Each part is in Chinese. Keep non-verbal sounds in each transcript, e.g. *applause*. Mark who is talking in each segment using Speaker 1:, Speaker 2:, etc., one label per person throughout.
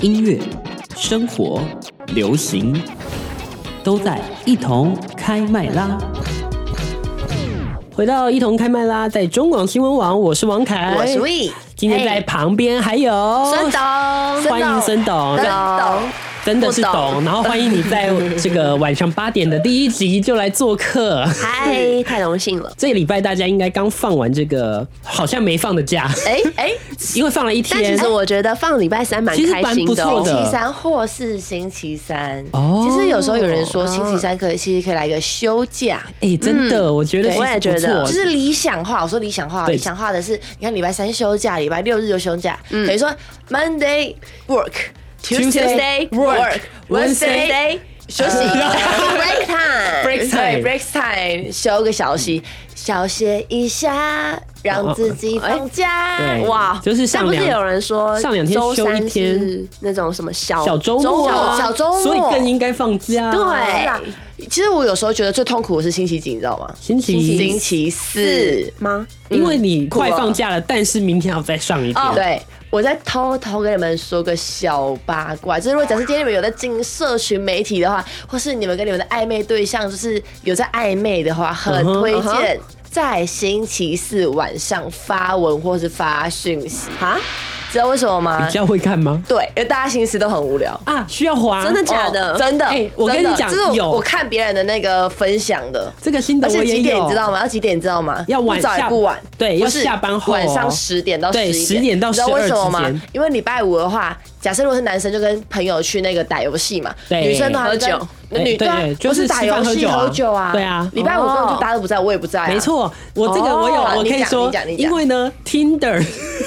Speaker 1: 音乐、生活、流行，都在一同开麦啦！回到一同开麦啦，在中广新闻网，我是王凯，
Speaker 2: 我是 We，
Speaker 1: 哎今天在旁边还有
Speaker 2: 孙董，
Speaker 1: *laughs* 欢迎孙董，
Speaker 2: 孙董。
Speaker 1: 真的是
Speaker 2: 不
Speaker 1: 懂，
Speaker 2: 懂
Speaker 1: 然后欢迎你在这个晚上八点的第一集就来做客。 *laughs*
Speaker 2: 嗨，太荣幸了。
Speaker 1: 这个礼拜大家应该刚放完这个好像没放的
Speaker 2: *laughs*
Speaker 1: 假，
Speaker 2: 哎、哎、
Speaker 1: 因为放了一
Speaker 2: 但其
Speaker 1: 天
Speaker 2: 实。我觉得放礼拜三蛮
Speaker 1: 其实
Speaker 2: 开心的,、
Speaker 1: 蛮不
Speaker 2: 哦
Speaker 1: 错的
Speaker 3: 星期三或是星期三。
Speaker 1: 哦
Speaker 3: 其实有时候有人说星期三可以，其实可以来个休假。
Speaker 1: 哎，真的，我觉得其
Speaker 2: 嗯对
Speaker 1: 实
Speaker 2: 哦我也觉得
Speaker 1: 不错
Speaker 3: 就是理想化，我说理想化，
Speaker 1: 对
Speaker 3: 理啊想化的是，你看礼拜三休假，礼拜六日就休假，
Speaker 1: 嗯
Speaker 2: 嗯
Speaker 3: 等于说 Monday work。
Speaker 1: Tuesday
Speaker 3: Tuesday work,
Speaker 1: Wednesday
Speaker 3: Wednesday 休息，break time,
Speaker 1: Break time
Speaker 3: 对 break time，休个小息，小歇一下，让自己放假
Speaker 1: 哦对。
Speaker 3: 哇，
Speaker 1: 就是上
Speaker 3: 但不是
Speaker 1: 两
Speaker 3: 有人说
Speaker 1: 上两天
Speaker 3: 周
Speaker 1: 休一
Speaker 3: 三
Speaker 1: 天
Speaker 3: 是那种什么小
Speaker 1: 小周末啊，
Speaker 3: 哦小周末，
Speaker 1: 所以更应该放假。啊
Speaker 3: 对、其实我有时候觉得最痛苦的是星期几，你知道吗？
Speaker 1: 星期一
Speaker 3: 星期四
Speaker 1: *laughs*
Speaker 3: 吗？
Speaker 1: 因为你
Speaker 3: 酷啊
Speaker 1: 快放假了，但是明天要再上一
Speaker 3: 哦，
Speaker 1: 天。
Speaker 3: 对。我再偷偷跟你们说个小八卦，就是如果假设今天你们有在经营社群媒体的话，或是你们跟你们的暧昧对象就是有在暧昧的话，很
Speaker 1: 嗯哼
Speaker 3: 推
Speaker 2: 嗯
Speaker 3: 荐在星期四晚上发文或是发讯息啊，知道为什么吗
Speaker 1: 比？较会看吗？
Speaker 3: 对，因为大家星期四都很无聊，
Speaker 1: 啊，需要滑，
Speaker 2: 真的假的
Speaker 3: 哦真的，
Speaker 1: 哎我跟你
Speaker 3: 真的
Speaker 1: 讲
Speaker 3: 这是
Speaker 1: 有
Speaker 3: 我我看别人的那个分享的，
Speaker 1: 这个新的
Speaker 3: 而
Speaker 1: 我
Speaker 3: 且
Speaker 1: 也
Speaker 3: 几点
Speaker 1: 有，
Speaker 3: 你知道吗？要几点你知道吗？
Speaker 1: 要晚
Speaker 3: 不早
Speaker 1: 下
Speaker 3: 也不晚，
Speaker 1: 对
Speaker 3: 不
Speaker 1: 要
Speaker 3: 是
Speaker 1: 下班后哦
Speaker 3: 晚上十点到
Speaker 1: 对
Speaker 3: 十
Speaker 1: 10点到
Speaker 3: 你知道
Speaker 1: 12
Speaker 3: 为什么吗
Speaker 1: 之间？
Speaker 3: 因为礼拜五的话，假设如果是男生，就跟朋友去那个打游戏嘛，
Speaker 1: 对
Speaker 3: 女生的话就跟
Speaker 2: 喝酒
Speaker 3: 那女
Speaker 1: 对
Speaker 3: 对啊
Speaker 1: 对，就
Speaker 3: 不
Speaker 1: 是
Speaker 3: 是打游
Speaker 1: 吃
Speaker 3: 戏
Speaker 1: 饭喝酒啊
Speaker 3: 喝酒啊，
Speaker 1: 对啊哦
Speaker 3: 礼拜五
Speaker 2: 哦
Speaker 3: 根本就大家都不在，啊我也不在，
Speaker 1: 没，错，我这个
Speaker 3: 哦
Speaker 1: 我有，我可
Speaker 3: 你
Speaker 1: 以
Speaker 3: 讲
Speaker 1: 说
Speaker 3: 你讲，你讲
Speaker 1: 因为呢，Tinder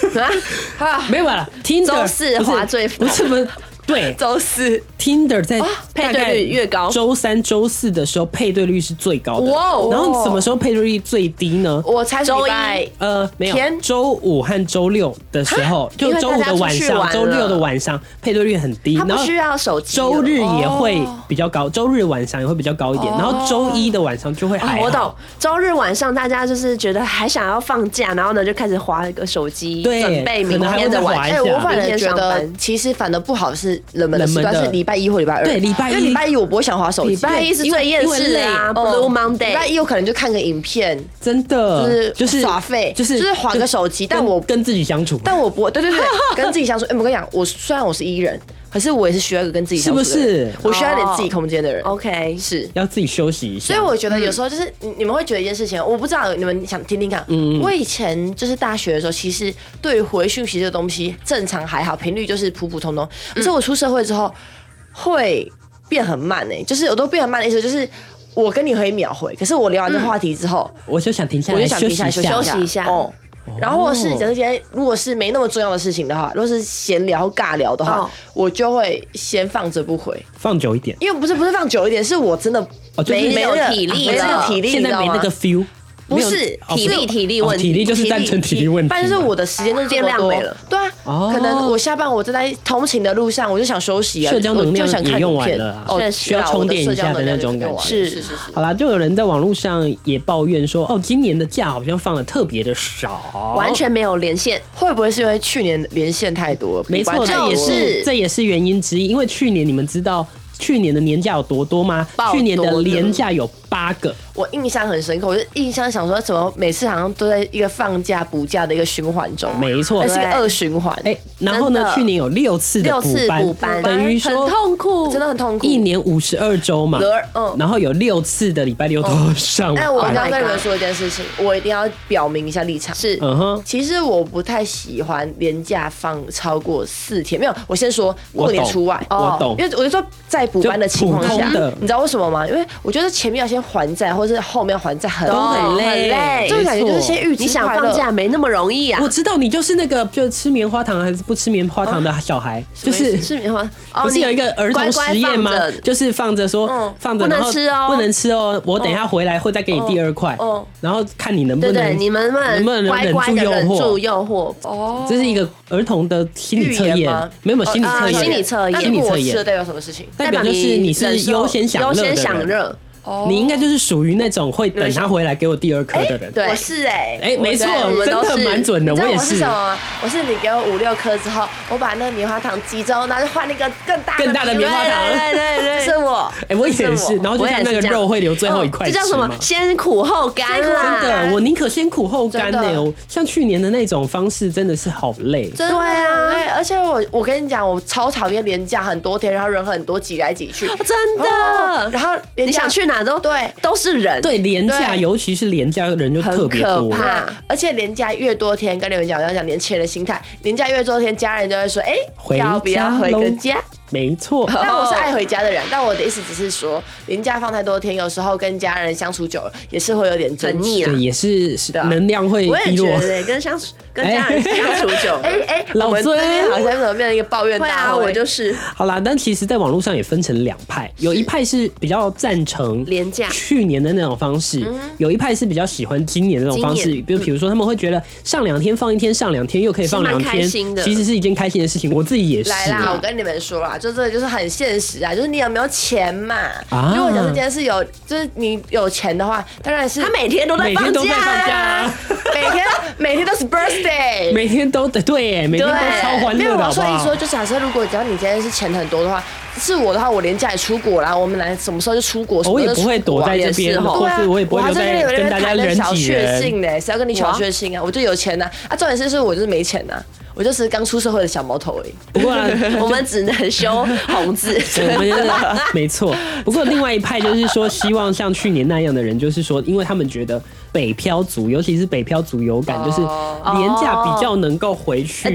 Speaker 1: *laughs*
Speaker 3: 啊啊，
Speaker 1: 没有了，Tinder
Speaker 3: 周四
Speaker 1: 不是
Speaker 3: 滑最啊
Speaker 1: 不是不是
Speaker 3: *laughs*
Speaker 1: 对
Speaker 2: 周四，
Speaker 1: ，Tinder 在
Speaker 2: 配
Speaker 1: 大
Speaker 2: 对
Speaker 1: 概
Speaker 2: 率越高
Speaker 1: 周三、周四的时候配对率是最高的，
Speaker 3: 哇哦
Speaker 1: 然后什么时候配对率最低呢？
Speaker 3: 我猜是礼拜
Speaker 1: 呃，没有，
Speaker 3: 天
Speaker 1: 周五和周六的时候，就
Speaker 3: 因为
Speaker 1: 周五
Speaker 3: 大家
Speaker 1: 的
Speaker 3: 出
Speaker 1: 晚
Speaker 3: 去
Speaker 1: 上、
Speaker 3: 玩
Speaker 1: 周
Speaker 3: 了
Speaker 1: 六的晚上配对率很低，
Speaker 3: 他
Speaker 1: 然
Speaker 3: 不
Speaker 1: 后
Speaker 3: 需要手机了，
Speaker 1: 周日也会比较高，周日晚上也会比较高一
Speaker 3: 哦
Speaker 1: 点，然后周一的晚上就会还好。
Speaker 2: 我懂。周日晚上大家就是觉得还想要放假，然后呢就开始划一个手机，
Speaker 1: 对
Speaker 2: 准备明
Speaker 1: 可能还会
Speaker 2: 天
Speaker 1: 再
Speaker 2: 的
Speaker 1: 滑一
Speaker 2: 晚
Speaker 3: 哎、
Speaker 1: 下
Speaker 2: 上。
Speaker 3: 我反
Speaker 2: 明
Speaker 3: 而
Speaker 2: 天
Speaker 3: 觉
Speaker 2: 上
Speaker 3: 得
Speaker 2: 班，
Speaker 3: 其实反而不好是冷门的时段
Speaker 1: 冷门的
Speaker 3: 是礼拜一或礼拜二。
Speaker 1: 对礼拜一
Speaker 3: 因为礼拜一我不会想滑手机，
Speaker 1: 礼拜一
Speaker 3: 因为
Speaker 2: 是最厌世啊
Speaker 3: 因为累
Speaker 2: ，Blue
Speaker 3: 嗯
Speaker 2: Monday
Speaker 3: 礼拜一我可能就看个影片，
Speaker 1: 真
Speaker 3: 就是
Speaker 1: 的就是
Speaker 3: 耍废
Speaker 1: 就是
Speaker 3: 就是划个手机
Speaker 1: 跟
Speaker 3: 但我
Speaker 1: 跟自己相处，
Speaker 3: 但我不会，对对 *laughs* 对，跟自己相处。哎、我跟你讲，我虽然我是 E 人，可是我也是需要一个跟自己相处的人，
Speaker 1: 是不是
Speaker 3: 我需要一点自己空间的人。
Speaker 2: OK，
Speaker 3: 是。
Speaker 1: 要自己休息一下。
Speaker 3: 哦所以我觉得有时候就是你你们会觉得一件事情，我不知道你们想听听看。我以前就是大学的时候，其实对于回讯息这个东西正常还好，频率就是普普通通。可是我出社会之后会变很慢诶、就是我都变很慢的意思就是。我跟你可以秒回，可是我聊完这话题之后，
Speaker 1: 我就想停下
Speaker 3: 我
Speaker 1: 来
Speaker 3: 就想
Speaker 1: 休
Speaker 3: 停
Speaker 1: 息
Speaker 3: 下来
Speaker 1: 一
Speaker 3: 休
Speaker 1: 下，
Speaker 2: 息一下
Speaker 3: 哦，然后或者是假设今天如果是没那么重要的事情的话，如果是闲聊尬聊的话
Speaker 2: 哦，
Speaker 3: 我就会先放着不回，
Speaker 1: 放久一点。
Speaker 3: 因为不是不是放久一点，是我真的
Speaker 1: 哦就是
Speaker 3: 没
Speaker 1: 没
Speaker 3: 那个
Speaker 2: 有体力
Speaker 3: 没那
Speaker 2: 了
Speaker 3: 个体力，
Speaker 1: 现在
Speaker 3: 你知道
Speaker 1: 没
Speaker 3: 吗
Speaker 1: 那个 feel，
Speaker 3: 不是
Speaker 1: 没有哦
Speaker 2: 体力
Speaker 1: 是
Speaker 2: 体力
Speaker 1: 哦
Speaker 2: 问题
Speaker 1: 体力就是单纯体力问题嘛。
Speaker 3: 但就是我的时间就是这么多
Speaker 2: 变量没了
Speaker 3: 对啊，
Speaker 1: 哦
Speaker 3: 可能我下班我正在通勤的路上，我就想休息啊，
Speaker 1: 社交能量
Speaker 3: 我就想看
Speaker 1: 也用
Speaker 3: 影
Speaker 1: 完
Speaker 3: 片
Speaker 1: 了啊
Speaker 3: 哦
Speaker 2: 确实
Speaker 1: 需要
Speaker 3: 是啊
Speaker 1: 充电一
Speaker 3: 我的社交
Speaker 1: 下的
Speaker 3: 能
Speaker 1: 那
Speaker 3: 量
Speaker 1: 种
Speaker 3: 就
Speaker 1: 感
Speaker 3: 用
Speaker 1: 觉。
Speaker 3: 完了
Speaker 2: 是
Speaker 3: 是是是。
Speaker 1: 好啦，就有人在网络上也抱怨说，哦，今年的假好像放的特别的少，
Speaker 2: 完全没有连
Speaker 1: 哦
Speaker 2: 线。
Speaker 3: 会不会是因为去年连线太多了？
Speaker 1: 没错，
Speaker 3: 补班太
Speaker 1: 这
Speaker 3: 多
Speaker 1: 也
Speaker 3: 了
Speaker 1: 是这也是原因之一。因为去年你们知道去年的年假有多多吗？
Speaker 3: 爆多
Speaker 1: 去年的
Speaker 3: 的
Speaker 1: 年假有八个，
Speaker 3: 我印象很深刻，我就印象想说，怎么每次好像都在一个放假补假的一个循环中，
Speaker 1: 没错
Speaker 3: 那是一个
Speaker 2: 对
Speaker 3: 恶循环，
Speaker 1: 哎、然后
Speaker 2: 真
Speaker 1: 呢，
Speaker 2: 的
Speaker 1: 去年有六次的
Speaker 2: 六
Speaker 1: 补
Speaker 2: 次
Speaker 1: 班，
Speaker 2: 补班
Speaker 1: 等于说
Speaker 2: 很痛苦，
Speaker 3: 真的很痛苦。
Speaker 1: 一年五十二周嘛
Speaker 3: 轮儿，嗯哎
Speaker 1: 然后有六次的礼拜六都上
Speaker 3: 但我刚
Speaker 1: 班，
Speaker 2: Oh my
Speaker 3: 刚跟你们
Speaker 2: God
Speaker 3: 说一件事情，我一定要表明一下立场。
Speaker 2: 是
Speaker 1: 嗯哼，
Speaker 3: 其实我不太喜欢连假放超过四天，没有，我先说
Speaker 1: 我
Speaker 3: 过
Speaker 1: 懂
Speaker 3: 年除外哦
Speaker 1: 我懂
Speaker 3: 因为我就说在补班的情况
Speaker 1: 就普
Speaker 3: 下
Speaker 1: 通的，
Speaker 3: 你知道为什么吗？因为我觉得前面要先还债，或是后面要还债哦很
Speaker 1: 都很
Speaker 2: 很
Speaker 1: 累
Speaker 2: 累
Speaker 3: 这种感觉就是先预
Speaker 2: 你
Speaker 3: 期
Speaker 2: 想
Speaker 3: 快乐
Speaker 2: 放假没那么容易啊
Speaker 1: 我。知道你就是那个就是吃棉花糖还是不吃棉花糖的小
Speaker 2: 哦
Speaker 1: 孩，就是。
Speaker 3: 是棉花，
Speaker 1: 不是有一个儿童实验吗？
Speaker 2: 乖乖放着
Speaker 1: 就是放着说，
Speaker 3: 嗯
Speaker 1: 放着
Speaker 2: 不能
Speaker 1: 然后
Speaker 2: 吃哦
Speaker 1: 不能吃哦。我等一下回来会再给你第二块，
Speaker 3: 嗯嗯
Speaker 1: 然后看你能不
Speaker 2: 对
Speaker 1: 能
Speaker 2: 对，你们
Speaker 1: 能不能
Speaker 2: 们乖
Speaker 1: 忍
Speaker 2: 乖
Speaker 1: 住
Speaker 2: 的
Speaker 1: 诱
Speaker 2: 忍住
Speaker 1: 惑。
Speaker 2: 诱惑，
Speaker 3: 哦
Speaker 1: 这是一个儿童的心理测
Speaker 3: 预
Speaker 1: 验
Speaker 3: 言吗，哦
Speaker 1: 没有没有心理测
Speaker 2: 呃
Speaker 1: 验，
Speaker 2: 心理测验
Speaker 1: 心理测
Speaker 3: 我吃了
Speaker 1: 验
Speaker 3: 代表什么事情？
Speaker 1: 代表就是你是
Speaker 2: 忍受
Speaker 1: 优先享乐的
Speaker 2: 优
Speaker 1: 人
Speaker 2: 先享乐，
Speaker 3: 哦
Speaker 1: 你应该就是属于那种会等他回来给我第二颗的人。
Speaker 2: 对
Speaker 3: 我是哎、
Speaker 1: 哎没错
Speaker 3: 我们
Speaker 1: 真的
Speaker 3: 都是
Speaker 1: 蛮准的
Speaker 3: 你知道
Speaker 1: 我也
Speaker 3: 我
Speaker 1: 是
Speaker 3: 是什么吗？我是你给我五六颗之后，我把那个棉花糖集中，然后就换那个更大
Speaker 1: 更大的棉花糖
Speaker 3: 对对
Speaker 2: *laughs*
Speaker 3: 对，是我。
Speaker 1: 哎、我也是，然后就
Speaker 2: 我也
Speaker 1: 看
Speaker 2: 是
Speaker 1: 那个
Speaker 2: 这样哦
Speaker 1: 肉会留最后一块、
Speaker 2: 这
Speaker 1: 吃
Speaker 2: 叫什么
Speaker 1: 嘛？
Speaker 2: 先苦后甘啦。
Speaker 1: 真的，我宁可先苦后甘呢、欸
Speaker 3: 真的
Speaker 1: 我像去年的那种方式，真的是好累。
Speaker 3: 真的
Speaker 2: 对啊
Speaker 3: 很累而且我我跟你讲，我超讨厌连假很多天，然后人很多，挤来挤去，
Speaker 2: 真
Speaker 3: 哦
Speaker 2: 的，
Speaker 3: 然后连
Speaker 2: 你
Speaker 3: 假
Speaker 2: 想去哪都
Speaker 3: 对
Speaker 2: 都是人。
Speaker 1: 对，廉价，
Speaker 3: 对
Speaker 1: 尤其是廉价人就特
Speaker 2: 很
Speaker 1: 别
Speaker 2: 可
Speaker 1: 多。
Speaker 2: 怕，
Speaker 3: 而且连假越多天，跟你们讲，要讲年轻人的心态，连假越多天，家人就会说，哎、
Speaker 1: 回
Speaker 3: 要不要回个
Speaker 1: 家
Speaker 3: 家？
Speaker 1: 没错，
Speaker 2: 啊
Speaker 3: 但我是爱回家的人，但我的意思只是说，连假放太多天，有时候跟家人相处久了，也是会有点争
Speaker 2: 很
Speaker 3: 执。
Speaker 2: 腻啦
Speaker 1: 对，。也是是
Speaker 3: 对啊
Speaker 1: 能量会
Speaker 2: 我也
Speaker 1: 低
Speaker 2: 觉
Speaker 1: 落。
Speaker 2: 得欸跟
Speaker 1: *laughs*
Speaker 2: 相处跟家人相处久，
Speaker 3: 哎
Speaker 2: 哎，
Speaker 3: 哎，
Speaker 1: 老
Speaker 3: 我们
Speaker 1: 孙
Speaker 3: 这边好像怎么变成一个抱怨
Speaker 2: 会
Speaker 3: 大
Speaker 2: 啊，
Speaker 3: 会？
Speaker 2: 我就是
Speaker 1: 好啦，但其实，在网络上也分成两派，有一派是比较赞成
Speaker 2: 廉价嗯
Speaker 1: 去年的那种方式，有一派是比较喜欢今年的那种方式
Speaker 2: 今。
Speaker 1: 比如，比如说，他们会觉得上两天放一天，上两天又可以放两
Speaker 2: 是蛮开
Speaker 1: 天，
Speaker 2: 心的
Speaker 1: 其实是一件开心的事情。我自己也是
Speaker 3: 来啦，我
Speaker 1: 啊，
Speaker 3: 跟你们说啦，就这个就是很现实啊，就是你有没有钱嘛？
Speaker 1: 啊
Speaker 3: 如果假设今天是有，就是你有钱的话，当然是
Speaker 2: 他每天都在
Speaker 1: 每天都在放假 *laughs*
Speaker 2: 假，
Speaker 1: 啊，
Speaker 3: 每天每天都是 birthday。
Speaker 1: 每天都对耶，每天都超欢
Speaker 3: 没有
Speaker 1: 乐
Speaker 3: 我
Speaker 1: 的，好
Speaker 3: 要
Speaker 1: 不
Speaker 3: 说一说，
Speaker 1: 好？
Speaker 3: 就假设如果只要你今天是钱很多的话，是我的话，我连假也出国啦，我们来什么时候就出国，什
Speaker 1: 我
Speaker 3: 么时
Speaker 1: 也
Speaker 3: 候
Speaker 1: 不
Speaker 3: 就
Speaker 1: 会
Speaker 3: 出国
Speaker 1: 躲
Speaker 3: 啊
Speaker 1: 在这边，
Speaker 2: 也是哦
Speaker 1: 或是我也不会留
Speaker 3: 对
Speaker 1: 在
Speaker 3: 啊我还在
Speaker 1: 跟大家
Speaker 3: 那边
Speaker 1: 人
Speaker 3: 小
Speaker 1: 挤
Speaker 3: 确
Speaker 1: 人。
Speaker 3: 幸呢，谁要跟你小
Speaker 2: 哇
Speaker 3: 确幸啊？我就有钱呐、啊！重点是，是我就是没钱呐、啊我就是刚出社会的小毛头而已。
Speaker 1: 不过啊 *laughs*
Speaker 2: 我们只能修红字。
Speaker 1: 对我们就是没错。不过另外一派就是说，希望像去年那样的人，就是说，因为他们觉得北漂族，尤其是北漂族有感，就是廉价比较能够回去
Speaker 2: 哎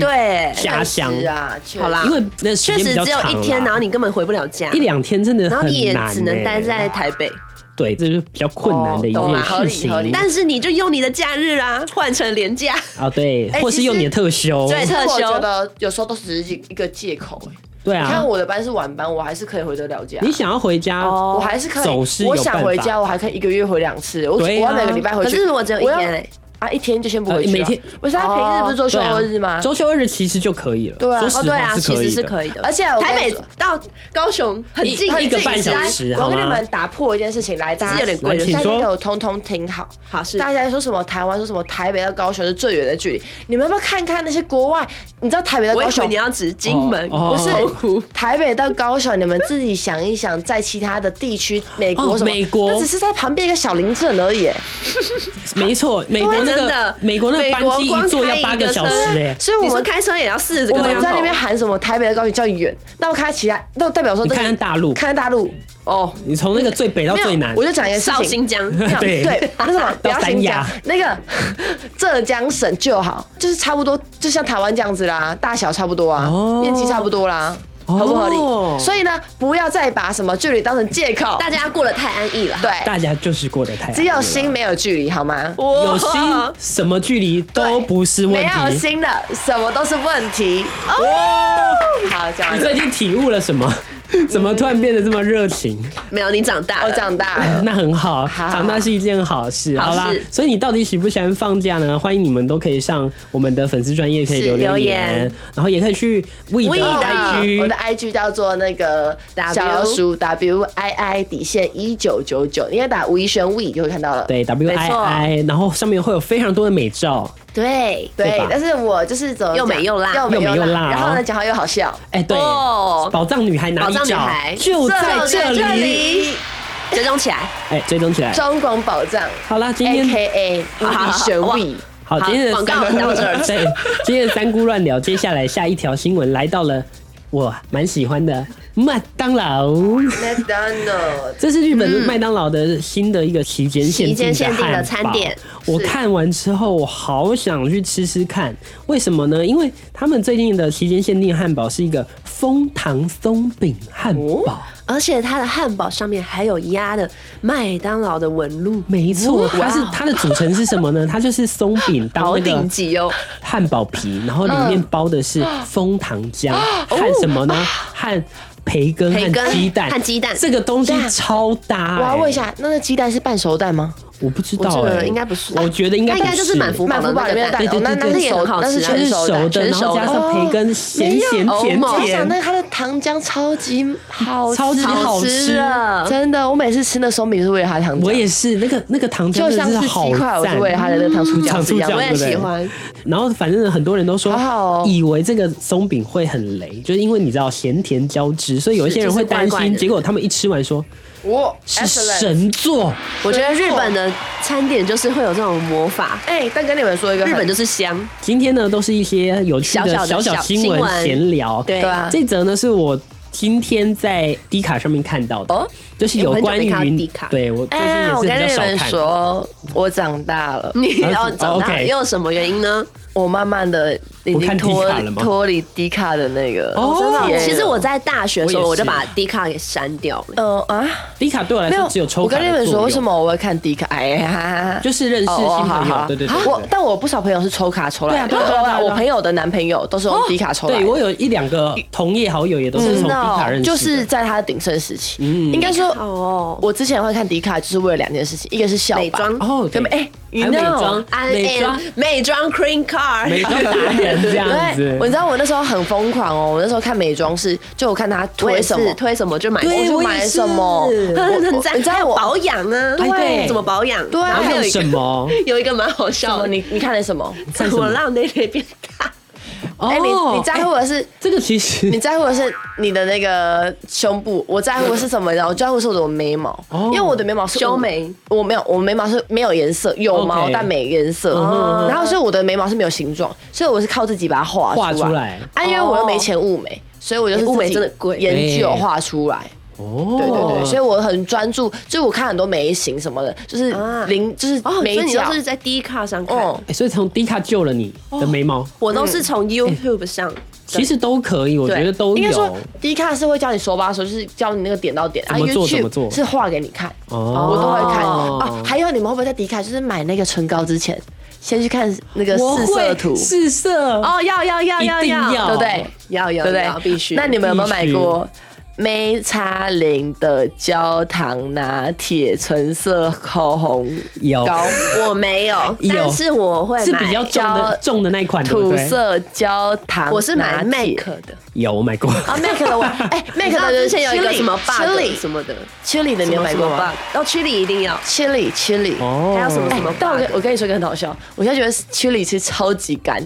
Speaker 2: 对
Speaker 1: 家乡
Speaker 3: 确实，啊，确实
Speaker 2: 嗯好啦
Speaker 1: 因为那时
Speaker 2: *laughs* 确
Speaker 1: 间
Speaker 2: 实
Speaker 1: 比较
Speaker 2: 只有
Speaker 1: 长
Speaker 2: 一天，然后
Speaker 1: 啦。
Speaker 2: 你根本回不了家，
Speaker 1: 一两天真的
Speaker 2: 然
Speaker 1: *laughs* 很
Speaker 2: 后
Speaker 1: 难、
Speaker 2: 你
Speaker 1: 欸，
Speaker 2: 也只能待在台北。
Speaker 1: 对，这就是比较困难的一
Speaker 3: 哦懂啦
Speaker 1: 件
Speaker 3: 合
Speaker 1: 事
Speaker 3: 理
Speaker 1: 情
Speaker 3: 合理
Speaker 2: 但是你就用你的假日啊，换成年假，
Speaker 1: 啊，对，或是
Speaker 3: 其实
Speaker 1: 用你的特休，
Speaker 2: 对
Speaker 3: 其实我
Speaker 2: 特休
Speaker 3: 觉得有时候都只是一个借口、欸。
Speaker 1: 对
Speaker 3: 你看
Speaker 1: 啊，
Speaker 3: 我的班是晚班，我还是可以回得了家。
Speaker 1: 你想要回家，
Speaker 2: 哦
Speaker 3: 我还是可以，
Speaker 1: 走是有
Speaker 3: 我想
Speaker 1: 办
Speaker 3: 回
Speaker 1: 法
Speaker 3: 家，我还可以一个月回两次。我、
Speaker 1: 对啊
Speaker 3: 我要每 *laughs* 个礼拜回去。
Speaker 2: 可是如果只有一
Speaker 3: 我要
Speaker 2: 天欸嘞
Speaker 3: 啊，一天就先不回
Speaker 1: 呃
Speaker 3: 去了、
Speaker 1: 每天啊
Speaker 3: 不是他平日不是周休二日吗？
Speaker 1: 周休二日其实就可以了。
Speaker 3: 对啊
Speaker 1: 说
Speaker 2: 哦，
Speaker 1: 实
Speaker 2: 对
Speaker 1: 话
Speaker 2: 啊，
Speaker 1: 是
Speaker 2: 其
Speaker 1: 可
Speaker 2: 实
Speaker 1: 以
Speaker 2: 是
Speaker 1: 的。
Speaker 2: 可以的。
Speaker 3: 而且我跟你
Speaker 2: 台北
Speaker 3: 说
Speaker 2: 到高雄很
Speaker 1: 一
Speaker 2: 近，很
Speaker 1: 一个
Speaker 2: 近
Speaker 1: 半小时
Speaker 2: 是吧
Speaker 1: 好
Speaker 3: 我
Speaker 1: 吗
Speaker 3: 跟你们打破一件事情来，大家
Speaker 2: 有点贵
Speaker 1: 来请
Speaker 3: 大家
Speaker 1: 说
Speaker 3: 给我通通听好。
Speaker 2: 好是
Speaker 3: 大家说什么台湾说什么台北到高雄是最远的距离，你们要不要看看那些国外？你知道台北到
Speaker 2: 我
Speaker 3: 高
Speaker 2: 以为
Speaker 3: 雄
Speaker 2: 你要指金门，
Speaker 1: 哦哦
Speaker 2: 不是澎湖。
Speaker 3: 台北到高雄，你们自己想一想，在其他的地区，美国
Speaker 1: 哦
Speaker 3: 什么，
Speaker 1: 美国
Speaker 3: 那只是在旁边一个小邻镇而已。哎
Speaker 1: 没错，美国那
Speaker 2: 真
Speaker 1: 个
Speaker 2: 的
Speaker 1: 美国那个班机
Speaker 2: 美国
Speaker 1: 一坐要
Speaker 2: 光
Speaker 1: 八
Speaker 2: 开一
Speaker 1: 个
Speaker 2: 个
Speaker 1: 小时
Speaker 2: 车
Speaker 1: 哎，
Speaker 3: 所以我
Speaker 2: 你说
Speaker 3: 们
Speaker 2: 开车也要四十个
Speaker 3: 我
Speaker 2: 钟头，
Speaker 3: 们在那边喊什么台北到高雄叫远，那我看其他，那代表说这个
Speaker 1: 你看看大陆
Speaker 3: 看看大陆哦，
Speaker 1: 你从那个最北到
Speaker 3: 没有
Speaker 1: 最南，
Speaker 3: 我就讲一个事
Speaker 2: 绍
Speaker 3: 情，
Speaker 2: 兴江，
Speaker 1: *laughs* 对
Speaker 3: 对，那什么，不要
Speaker 1: 哎 *laughs* 到三
Speaker 3: 新
Speaker 1: 亚
Speaker 3: 疆，那个
Speaker 1: *laughs*
Speaker 3: 浙江省就好，就是差不多，就像台湾这样子啦，大小差不多啊
Speaker 1: 哦，
Speaker 3: 面积差不多啦，合不合
Speaker 1: 哦
Speaker 3: 理？所以呢，不要再把什么距离当成借口，
Speaker 2: 大家过得太安逸了。
Speaker 3: 对，
Speaker 1: 大家就是过得太安逸了
Speaker 3: 只有心没有距离，好吗？
Speaker 2: 哇
Speaker 1: 有心，什么距离都不是问
Speaker 3: 没有
Speaker 1: 题。哦
Speaker 3: 心的，什么都是问题。哦
Speaker 1: 哇，
Speaker 3: 好，讲
Speaker 1: 你 *laughs*
Speaker 3: 完了，
Speaker 1: 最近体悟了什么？ *laughs* 怎么突然变得这么热情？
Speaker 2: 没有你长大
Speaker 3: 我
Speaker 2: 了，
Speaker 3: 长哦大
Speaker 1: *laughs*
Speaker 3: 了。
Speaker 1: 那很好，
Speaker 3: 好
Speaker 1: 长大是一件好事。
Speaker 2: 好
Speaker 1: 好啦
Speaker 2: 事，
Speaker 1: 所以你到底喜不喜欢放假呢？欢迎你们都可以上我们的粉丝专业，可以
Speaker 2: 是
Speaker 1: 留
Speaker 2: 留
Speaker 1: 言
Speaker 2: 言，
Speaker 1: 然后也可以去 We 的
Speaker 2: We 的
Speaker 3: 我
Speaker 1: IG
Speaker 3: 的。IG 叫做那个
Speaker 2: W
Speaker 3: 小老鼠 W I I 底线一九九九，应该打吴一轩 We 就会看到了。
Speaker 1: 对 W
Speaker 2: 没
Speaker 1: I
Speaker 2: 错
Speaker 1: I，然后上面会有非常多的美照，
Speaker 2: 对
Speaker 1: 对吧
Speaker 3: 对，但是我就是怎么
Speaker 2: 又
Speaker 3: 讲
Speaker 2: 美又辣
Speaker 3: 又美
Speaker 1: 又美又辣
Speaker 3: 辣，然后
Speaker 1: 哦
Speaker 3: 呢，讲话又好笑，
Speaker 1: 哎、对，
Speaker 2: 哦
Speaker 1: 宝藏女孩哪里
Speaker 2: 宝藏女
Speaker 1: 找
Speaker 2: 孩？
Speaker 1: 就在这
Speaker 3: 就在这
Speaker 1: 里，
Speaker 2: 里，追踪起来。
Speaker 1: 哎、追踪起来。
Speaker 3: 中广宝藏
Speaker 1: 好啦，今
Speaker 3: ，A
Speaker 1: 天
Speaker 3: K
Speaker 2: *laughs*
Speaker 3: A 吴一轩
Speaker 2: 哇
Speaker 3: We。
Speaker 1: 好，
Speaker 2: 好
Speaker 1: 今天的
Speaker 2: 广告
Speaker 1: 三姑 *laughs*
Speaker 2: 到这儿
Speaker 1: 对，今天的三姑乱聊，接下来下一条新闻来到了我蛮喜欢的麦当劳，
Speaker 3: McDonald，
Speaker 1: 这是日本麦当劳的新的一个期间限
Speaker 2: 嗯期
Speaker 1: 定
Speaker 2: 间限定
Speaker 1: 的
Speaker 2: 的
Speaker 1: 餐
Speaker 2: 餐点。
Speaker 1: 我看完之后，我好想去吃吃看，为什么呢？因为他们最近的期间限定汉堡是一个枫糖松饼汉堡。
Speaker 2: 而且它的汉堡上面还有压的麦当劳的纹路，
Speaker 1: 没错，
Speaker 2: 哇
Speaker 1: 它是它的组成是什
Speaker 2: *laughs*
Speaker 1: 么呢？它就是松饼当
Speaker 2: 好
Speaker 1: 那个
Speaker 2: 顶级哦！
Speaker 1: 汉堡皮，然后里面包的是枫糖浆，和什么呢？和培根
Speaker 2: 嗯哦啊培
Speaker 1: 和
Speaker 2: 根
Speaker 1: 鸡蛋，
Speaker 2: 和鸡蛋
Speaker 1: 这个东西
Speaker 3: 对啊
Speaker 1: 超搭、
Speaker 3: 我要问一，下，那那鸡蛋是半熟蛋吗？
Speaker 1: 我不知道
Speaker 2: 我
Speaker 1: 哎、
Speaker 2: 这个应该不是
Speaker 1: 我觉得应该
Speaker 2: 它应该
Speaker 1: 不
Speaker 2: 就是满福
Speaker 3: 满福堡里面的蛋，
Speaker 1: 对对
Speaker 3: 哦那
Speaker 1: 对
Speaker 3: 那
Speaker 1: 对
Speaker 3: 是
Speaker 2: 也很
Speaker 3: 熟
Speaker 2: 好，吃啊
Speaker 3: 那是
Speaker 1: 它
Speaker 3: 全
Speaker 1: 是熟
Speaker 3: 熟蛋。哦
Speaker 1: 的，
Speaker 2: 全
Speaker 1: 然后
Speaker 2: 熟的
Speaker 1: 加上培根，咸
Speaker 3: 没有
Speaker 1: 咸
Speaker 3: 哦
Speaker 1: 甜
Speaker 3: 我想
Speaker 1: 甜
Speaker 3: 那。个它的糖浆超级好吃，
Speaker 1: 超级好吃
Speaker 2: 的
Speaker 3: 真的，我每次吃那松饼是为了它的糖浆，
Speaker 1: 我也是，那个那个糖浆
Speaker 3: 就
Speaker 1: 真的
Speaker 3: 像
Speaker 1: 是
Speaker 3: 是
Speaker 1: 好
Speaker 3: 鸡块，我
Speaker 1: 赞
Speaker 3: 是。为了它的那个糖醋
Speaker 1: 糖
Speaker 3: 酱是
Speaker 1: 醋
Speaker 3: 一样
Speaker 1: 酱
Speaker 2: 我
Speaker 3: 的，
Speaker 2: 也
Speaker 1: 对不对
Speaker 2: 喜欢
Speaker 1: 然后反正很多人都说，
Speaker 3: 好好哦
Speaker 1: 以为这个松饼会很雷，就是因为你知道咸甜交织，所以有一些人会担心。
Speaker 2: 是就是怪怪的
Speaker 1: 结果他们一吃完说
Speaker 3: 我
Speaker 1: 是。神作，
Speaker 2: 我觉得日本的餐点就是会有这种魔法，
Speaker 3: 哎，但跟你们说一个很，
Speaker 2: 日本就是香，
Speaker 1: 今天呢，都是一些有趣的
Speaker 2: 小小的
Speaker 1: 小小
Speaker 2: 小
Speaker 1: 新
Speaker 2: 新
Speaker 1: 闻
Speaker 2: 闻
Speaker 1: 闲聊。
Speaker 2: 对
Speaker 3: 对啊
Speaker 1: 这则呢是我今天在 D 卡上面看到的，
Speaker 3: 哦
Speaker 1: 就是有
Speaker 2: 我很久
Speaker 1: 关
Speaker 2: 没看到
Speaker 1: 于
Speaker 2: D 卡
Speaker 1: 对我最近也
Speaker 3: 哎，
Speaker 1: 是
Speaker 3: 我
Speaker 1: 比
Speaker 3: 跟
Speaker 1: 较
Speaker 3: 你
Speaker 1: 少
Speaker 3: 们
Speaker 1: 看。
Speaker 3: 说，我长大了，
Speaker 2: *laughs* 你
Speaker 1: 啊
Speaker 2: 然后哦长大
Speaker 1: OK
Speaker 2: 又有什么原因呢？
Speaker 3: 我慢慢的已
Speaker 1: 不看
Speaker 3: 经
Speaker 1: 迪
Speaker 3: 脱
Speaker 1: 卡了吗
Speaker 3: 脱离迪卡的那个
Speaker 1: 哦真的哦
Speaker 3: 耶
Speaker 2: 其实我在大学的时候
Speaker 1: 我
Speaker 2: 我
Speaker 1: 也是
Speaker 2: 就把 D 卡给删掉了。
Speaker 3: 呃啊，
Speaker 1: D 卡对我来
Speaker 3: 没
Speaker 1: 说只有抽
Speaker 3: 我
Speaker 1: 卡
Speaker 3: 跟
Speaker 1: 的作
Speaker 3: 你
Speaker 1: 用。
Speaker 3: 们说，为什么我会看迪卡？哎呀，
Speaker 1: 就是认识新
Speaker 3: 哦哦好
Speaker 1: 朋友
Speaker 3: 好，
Speaker 1: 对对对
Speaker 3: 我
Speaker 1: 对
Speaker 3: 但我不少朋友是抽卡抽来的，
Speaker 1: 对啊对啊对啊对啊
Speaker 3: 我朋友的男朋友都是用迪卡抽来
Speaker 1: 对，
Speaker 3: 的。
Speaker 1: 对我有一两个同业好友也都是从 D
Speaker 3: 真的哦
Speaker 1: 卡认识的，嗯
Speaker 3: 就是在他的鼎盛时期，应该说
Speaker 2: 哦，
Speaker 3: 我之前会看迪卡，就是为了两件事情，一个是校
Speaker 2: 美
Speaker 3: 版
Speaker 2: 妆，
Speaker 1: 哦，对
Speaker 3: 对，哎，
Speaker 1: 还有
Speaker 3: you
Speaker 1: 美
Speaker 3: know
Speaker 1: 妆
Speaker 2: I
Speaker 1: 美妆
Speaker 2: am 嗯哎美妆
Speaker 1: 美
Speaker 2: cream car，
Speaker 1: 妆达人这样子
Speaker 3: 对，我。知道我那时候很疯狂哦，我那时候看美妆是，就我看
Speaker 2: *laughs*
Speaker 3: 他
Speaker 2: 我
Speaker 3: 推
Speaker 2: 也
Speaker 3: 什
Speaker 2: 是
Speaker 3: 么，
Speaker 2: 推什么就买，
Speaker 3: 我
Speaker 1: 对
Speaker 3: 就
Speaker 1: 我也
Speaker 3: 买
Speaker 1: 是
Speaker 3: 什么，我
Speaker 2: 很
Speaker 3: 我
Speaker 2: 赞。
Speaker 3: 你知道我
Speaker 2: 保养啊，
Speaker 1: 哎对
Speaker 2: 怎么保养？
Speaker 3: 对
Speaker 2: 然后
Speaker 1: 然
Speaker 2: 还
Speaker 1: 后
Speaker 2: 有
Speaker 1: 用
Speaker 2: 一个
Speaker 1: 什么？
Speaker 2: *laughs* 有一个蛮好
Speaker 3: 什
Speaker 2: 笑
Speaker 3: 么？
Speaker 2: 的，
Speaker 3: 哦你你看了什么？
Speaker 1: 看
Speaker 2: 怎
Speaker 1: 什么
Speaker 2: 么让那里变大？
Speaker 1: 哦，
Speaker 3: 哎，你你在乎的是。
Speaker 1: 这个其实
Speaker 3: 你在乎的是你的那个胸部，我在乎的是什么？然后我在乎的是我的眉毛，
Speaker 1: 哦
Speaker 3: 因为我的眉毛是
Speaker 2: 修眉，
Speaker 3: 我没有，我眉毛是没有颜色，有毛
Speaker 1: OK
Speaker 3: 但没颜色。
Speaker 1: 哼
Speaker 3: 然后所以我的眉毛是没有形状，所以我是靠自己把它画
Speaker 1: 画
Speaker 3: 出
Speaker 1: 出
Speaker 3: 来
Speaker 1: 来。
Speaker 3: 啊，因为我又没钱雾眉，所以我就是
Speaker 2: 雾眉
Speaker 3: 自己
Speaker 2: 真的贵
Speaker 3: 研究画出来。
Speaker 1: 哦，
Speaker 3: 对对对，所以我很专注，就是我看很多眉形什么的，就是
Speaker 2: 啊
Speaker 3: 零，就是
Speaker 2: 哦，所
Speaker 3: 眉
Speaker 2: 以你
Speaker 3: 角
Speaker 2: 都。是在 D 卡上
Speaker 3: 哦
Speaker 2: 看，
Speaker 1: 哎所以从 D 卡救了你的眉毛，
Speaker 2: 我都是从 YouTube 上。
Speaker 1: 其实都可以，我觉
Speaker 3: 对，
Speaker 1: 得都
Speaker 3: 应该
Speaker 1: 有
Speaker 3: 说。第一看是会教你手把手，就是教你那个点到点。啊
Speaker 1: 怎么做
Speaker 3: YouTube
Speaker 1: 怎么做
Speaker 3: 是画给你看，
Speaker 1: 哦
Speaker 3: 我都会看。
Speaker 1: 哦
Speaker 3: 哦，还有你们会不会在迪卡就是买那个唇膏之前，先去看那个试色图？
Speaker 1: 试色
Speaker 2: 哦，要要要要
Speaker 1: 一定要
Speaker 3: 对不对？
Speaker 2: 要
Speaker 3: 哦对
Speaker 2: 要
Speaker 3: 不对
Speaker 2: 要，？必须。
Speaker 3: 那你们有没有买
Speaker 1: 必须
Speaker 3: 过美差林的焦糖拿铁唇色口红
Speaker 1: 有
Speaker 3: 膏？
Speaker 2: 我没有，
Speaker 1: 有
Speaker 2: 但是我会
Speaker 1: 是
Speaker 2: 买
Speaker 1: 比较重的
Speaker 3: 胶
Speaker 1: 重的那一款，对不
Speaker 3: 土
Speaker 1: 对？
Speaker 3: 色焦糖拿铁，
Speaker 2: 我是买 Make 的，哦
Speaker 1: 有我买过，
Speaker 3: 啊，Make 的我哎
Speaker 2: 你
Speaker 3: ，Make
Speaker 2: 知道
Speaker 3: 的
Speaker 2: 之前有一个什么 bug
Speaker 3: Chili
Speaker 2: 什么的，
Speaker 3: Chili 的你
Speaker 2: 什
Speaker 3: 有
Speaker 2: 么
Speaker 3: 买
Speaker 2: 什
Speaker 3: 过
Speaker 2: 么
Speaker 3: 吗
Speaker 2: bug，？哦，Chili 一定要，
Speaker 3: Chili Chili，
Speaker 1: 哦
Speaker 2: 还有什么什么
Speaker 3: 哎但我
Speaker 2: bug？
Speaker 3: 跟我跟你说一个很好笑，我现在觉得 Chili 其实超级干，